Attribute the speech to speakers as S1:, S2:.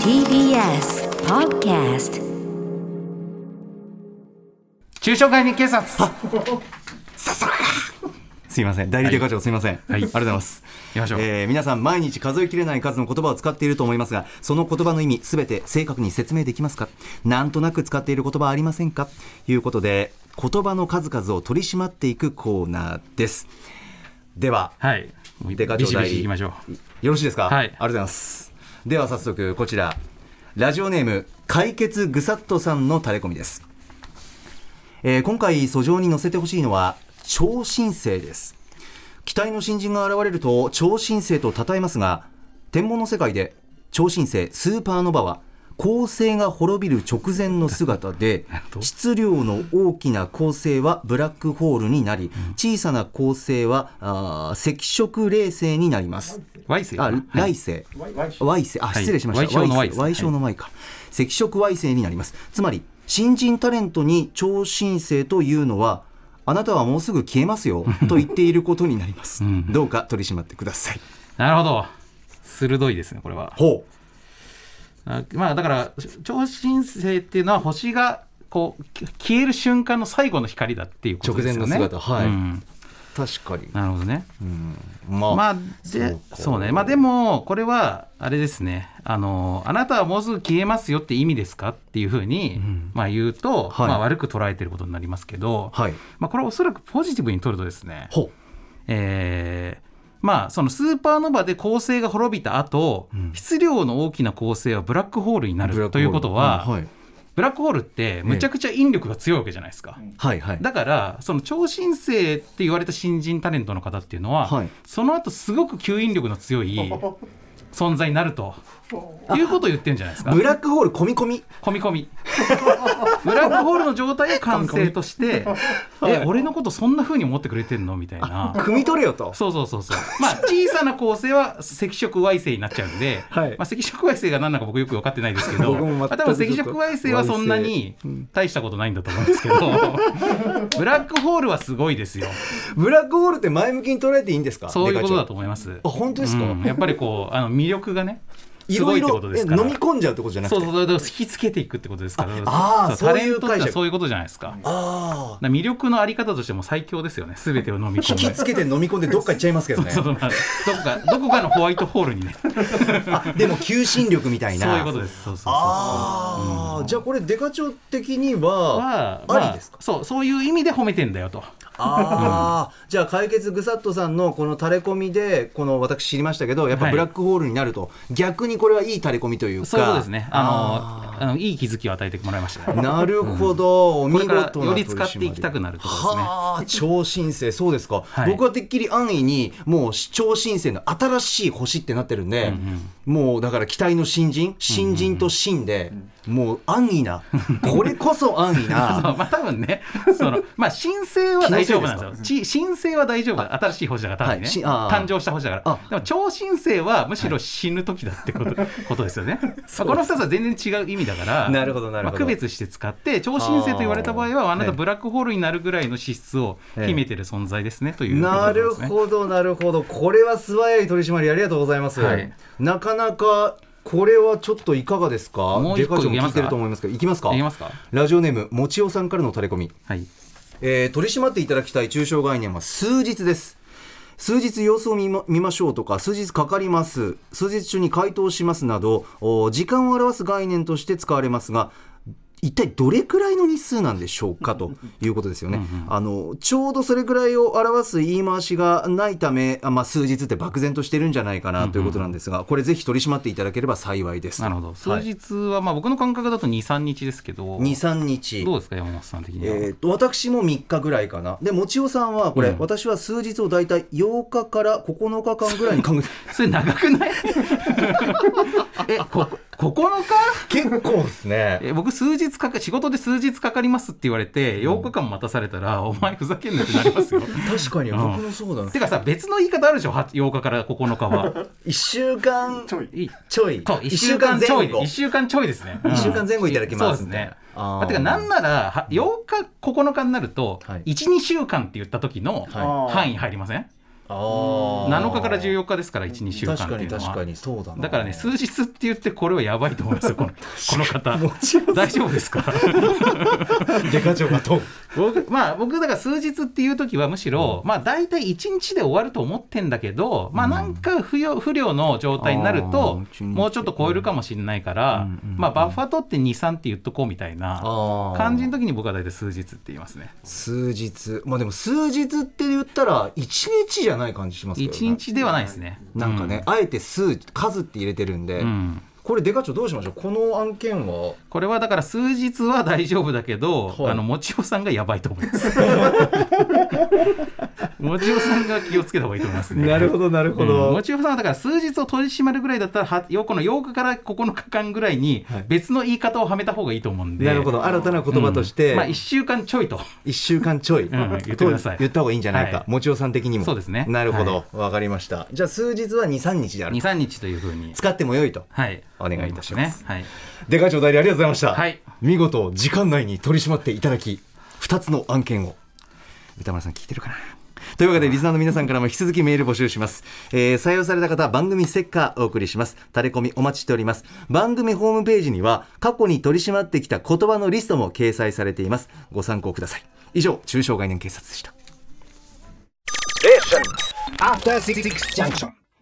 S1: TBS Podcast
S2: 中小会に警察さそすいません代理手課長すいません、ありがとうございます
S3: 行きましょう
S2: えー皆さん毎日数えきれない数の言葉を使っていると思いますがその言葉の意味すべて正確に説明できますかなんとなく使っている言葉はありませんかということで言葉の数々を取り締まっていくコーナーですでは
S3: はい。もう
S2: デカ
S3: ビ
S2: 長
S3: シ
S2: 代理
S3: ビシ行きましょう。
S2: よろしいですか
S3: はい
S2: ありがとうございますでは早速こちらラジオネーム解決ぐさっとさんのタレコミです、えー今回訴状に載せてほしいのは超新星です期待の新人が現れると超新星と称えますが天文の世界で超新星スーパーノバは恒星が滅びる直前の姿で
S3: なる ほど
S2: 質量の大きな恒星はブラックホールになり小さな恒星はあー赤色霊星になります
S3: ワイセイか
S2: あ
S3: な、は
S2: 来
S3: い
S2: 世、Y 世、あ、
S3: はい
S2: 失礼しました。
S3: Y 賞の Y です
S2: Y 賞の Y か。赤色 Y 世になります。つまり、新人タレントに超新星というのは、あなたはもうすぐ消えます よと言っていることになります。どうか取り締まってください。
S3: なるほど。鋭いですね、これは。
S2: ほ
S3: あまあ、だから、超新星っていうのは星が、こうき消える瞬間の最後の光だっていうことですよね。
S2: 直前の姿はい
S3: うん
S2: う、確かに。
S3: なるほどね。
S2: ま
S3: まあ、
S2: そ
S3: で
S2: う、か
S3: そうね。まあ、でも、これは、あれですね。あの、あなたはもうすぐ消えますよって意味ですかっていうふうに、まあ、言うと、
S2: はい
S3: まあ、悪く捉えてることになりますけど、
S2: はい
S3: まあ、これはおそらくポジティブに取るとですね、
S2: ほ
S3: えーまあ、そのスーパーノヴァで恒星が滅びた後、質量の大きな恒星はブラックホールにな
S2: う、ブラッ
S3: る
S2: クホ
S3: と
S2: ー
S3: いうこと
S2: ル
S3: は、
S2: うんはい、
S3: ブラックホールってむちゃくちゃ引力が強いわけじゃないですか。
S2: はい、はい。
S3: だからその超新星って言われた新人タレントの方っていうのは、
S2: はい
S3: その後すごく吸引力の強い存在になる ということを言ってるんじゃないですか
S2: ブラックホール込み込み。
S3: 込み込みブラックホールの状態を完成と して「え俺のことそんな風に思ってくれてんの?」みたいな
S2: 汲み取れよと。
S3: そうそうそう そう。まあ小さな構成は赤色矮星になっちゃうんで、
S2: はい
S3: まあ赤色矮星が何なのか僕よく分かってないですけど、
S2: 僕も全く
S3: まあ多分赤色矮星はそんなに大したことないんだと思うんですけど、 ブラックホールはすごいですよ。
S2: ブラックホールって前向きに捉えていいんですか
S3: そういうことだ
S2: デカ
S3: と思います。
S2: あ本当ですか
S3: うんやっぱりこうあの魅力がね、
S2: チ
S3: す
S2: ョウ
S3: ごい
S2: い
S3: って
S2: ろ
S3: こ
S2: い
S3: と
S2: ろ
S3: で
S2: え
S3: す
S2: 飲
S3: から。
S2: み込んじゃうってことじゃなくて。
S3: そうそうそうだから引きつけていくってことですから。
S2: あー
S3: そう
S2: そういう
S3: タレントっての
S2: 解
S3: は
S2: 釈
S3: そういうことじゃないですか。だか
S2: ああ。
S3: ら魅力のあり方としても最強ですよね。すべてを飲み込
S2: 引
S3: ん
S2: き
S3: で。
S2: つけて飲み込んでどっか行っちゃいますけど ね。
S3: そうまあどこかどこかのホワイトホールにね。
S2: あでも求心力みたいな。
S3: そういうことです。そうそうそうそう。
S2: ああ、じゃあこれデカ長的には
S3: は、
S2: ありですか。
S3: まあそうそういう意味で褒めてんだよと
S2: ああ、じゃあ解決ぐさっとさんのこのタレコミでこの私知りましたけど、やっぱ
S3: はい
S2: ブラックホールになると、逆にこれはいいタレコミというか。
S3: そういうことですねあ
S2: あ
S3: のあのいい気づきを与えてもらいました
S2: ー
S3: ね
S2: なるほど、お見事な
S3: これからより使っていきたくなるところですね
S2: はあ、超新星、そうですか、
S3: はい
S2: 僕はてっきり安易に、もう超新星の新しい星ってなってるんで、もうだから期待の新人、新人と新で、もう安易 な、これこそ安易な。
S3: そうまあ多分 ねそのまあ申請は大丈夫なんですよち申請は大丈夫新しい星だから単にね、
S2: はいしあー
S3: 誕生した星だか
S2: あ
S3: らでも超新星はむしろ死ぬ時だってこと,、 ことですよ ねまあこの2つは全然違う意味だから
S2: なるほどなるほど
S3: まあ区別して使って超新星と言われた場合
S2: あー
S3: はあなた
S2: ええ
S3: ブラックホールになるぐらいの資質を秘めてる存在ですね、ということ
S2: なる
S3: ですね
S2: ほど、なるほど。これは素早い取締りありがとうございます。
S3: はい
S2: なかなか、これはちょっといかがですか
S3: もう
S2: デ
S3: 一
S2: カ
S3: 個
S2: 長
S3: い
S2: も
S3: け
S2: 聞
S3: ま
S2: い
S3: すか
S2: てると思いますけど、いきますか
S3: いけますか
S2: ラジオネーム、もちおさんからのタレコミ。
S3: はい
S2: えー取り締まっていただきたい中小概念は数日です数日様子を見ま見ましょうとか数日かかります数日中に回答しますなどお時間を表す概念として使われますが一体どれくらいの日数なんでしょうかということですよね。あのちょうどそれくらいを表す言い回しがないため、あまあ、数日って漠然としてるんじゃないかなということなんですが、これぜひ取り締まっていただければ幸いです。
S3: なるほど数
S2: はい、
S3: 日は、まあ僕の感覚だと23日ですけど
S2: 2、3日。
S3: どうですか山本さん的には、
S2: えー、と私も3日ぐらいかなでもちおさんはこれ、
S3: うん
S2: 私は数日を大体8日から9日間ぐらいに考えて
S3: それ長くないえこ9日
S2: 結構ですね
S3: え僕数日かか仕事で数日かかりますって言われて8日間待たされたら、お前ふざけんなってなり ますよ
S2: 確かに
S3: うん
S2: 僕もそうだな、
S3: てかさ別の言い方あるでしょは8日から9日は
S2: 1週間ちょい
S3: いそう
S2: 1
S3: 1
S2: 週
S3: 週
S2: 間
S3: 間ちょ
S2: 前
S3: い
S2: 後
S3: 1週間ちょいですね、うん
S2: 一週間前後いただきます
S3: そうです
S2: みたい
S3: ね
S2: なあー
S3: あてかなんならは8日9日になると、
S2: はい
S3: 12週間って言った時の
S2: は
S3: 範囲入りません、
S2: あ
S3: 7日から14日ですから12週間って
S2: 確か
S3: い
S2: に
S3: うのは
S2: 確かにそうだな
S3: だからね数日って言ってこれはやばいと思います よこのこの方
S2: もちろん
S3: 大丈夫 ですか
S2: デカ長がと
S3: 僕まあ僕だから数日っていう時はむしろ、まあ大体1日で終わると思ってんだけどまあなんか不良不良の状態になると
S2: あー
S3: もうちょっと超えるかもしれないから、
S2: うんうんうん
S3: まあバッファー取って23って言っとこうみたいな
S2: あー
S3: 感じの時に僕は大体数日って言いますね
S2: 数日まあでも数日って言ったら一日じゃない感じしますけどね
S3: 1日ではないですね
S2: なんかね、、あえて数数って入れてるん
S3: う
S2: で、
S3: んうん
S2: これデカ長どうしましょうこの案件は
S3: これはだから数日は大丈夫だけど、
S2: はい
S3: あのもちおさんがやばいと思い ます。もちおさんが気をつけた方がいいと思いますね。
S2: ほどなる
S3: うんもちおさんはだから数日を取り締まるぐらいだったらはよこの8日から9日間ぐらいに
S2: はい
S3: 別の言い方をはめた方がいいと思うんで、
S2: なるほど新たな言葉として、
S3: うんまあ、1週間ちょいと
S2: 1週間ちょい、
S3: ん言ってください
S2: と言った方がいいんじゃないか、
S3: はい
S2: もちおさん的にも
S3: そうですね
S2: なるほどわ、かりましたじゃあ数日は23日である
S3: 23日というふうに、
S2: 使っても良いと
S3: はい、
S2: お願いいたします
S3: ねはい
S2: デカ長代理ありがとうございました、
S3: はい
S2: 見事時間内に取り締まっていただき2つの案件を歌丸さん聞いてるかなというわけでリスナーの皆さんからも引き続きメール募集します、えー採用された方は番組ステッカーお送りしますタレコミお待ちしております番組ホームページには過去に取り締まってきた言葉のリストも掲載されていますご参考ください以上中小概念警察でした
S4: After Six Junction.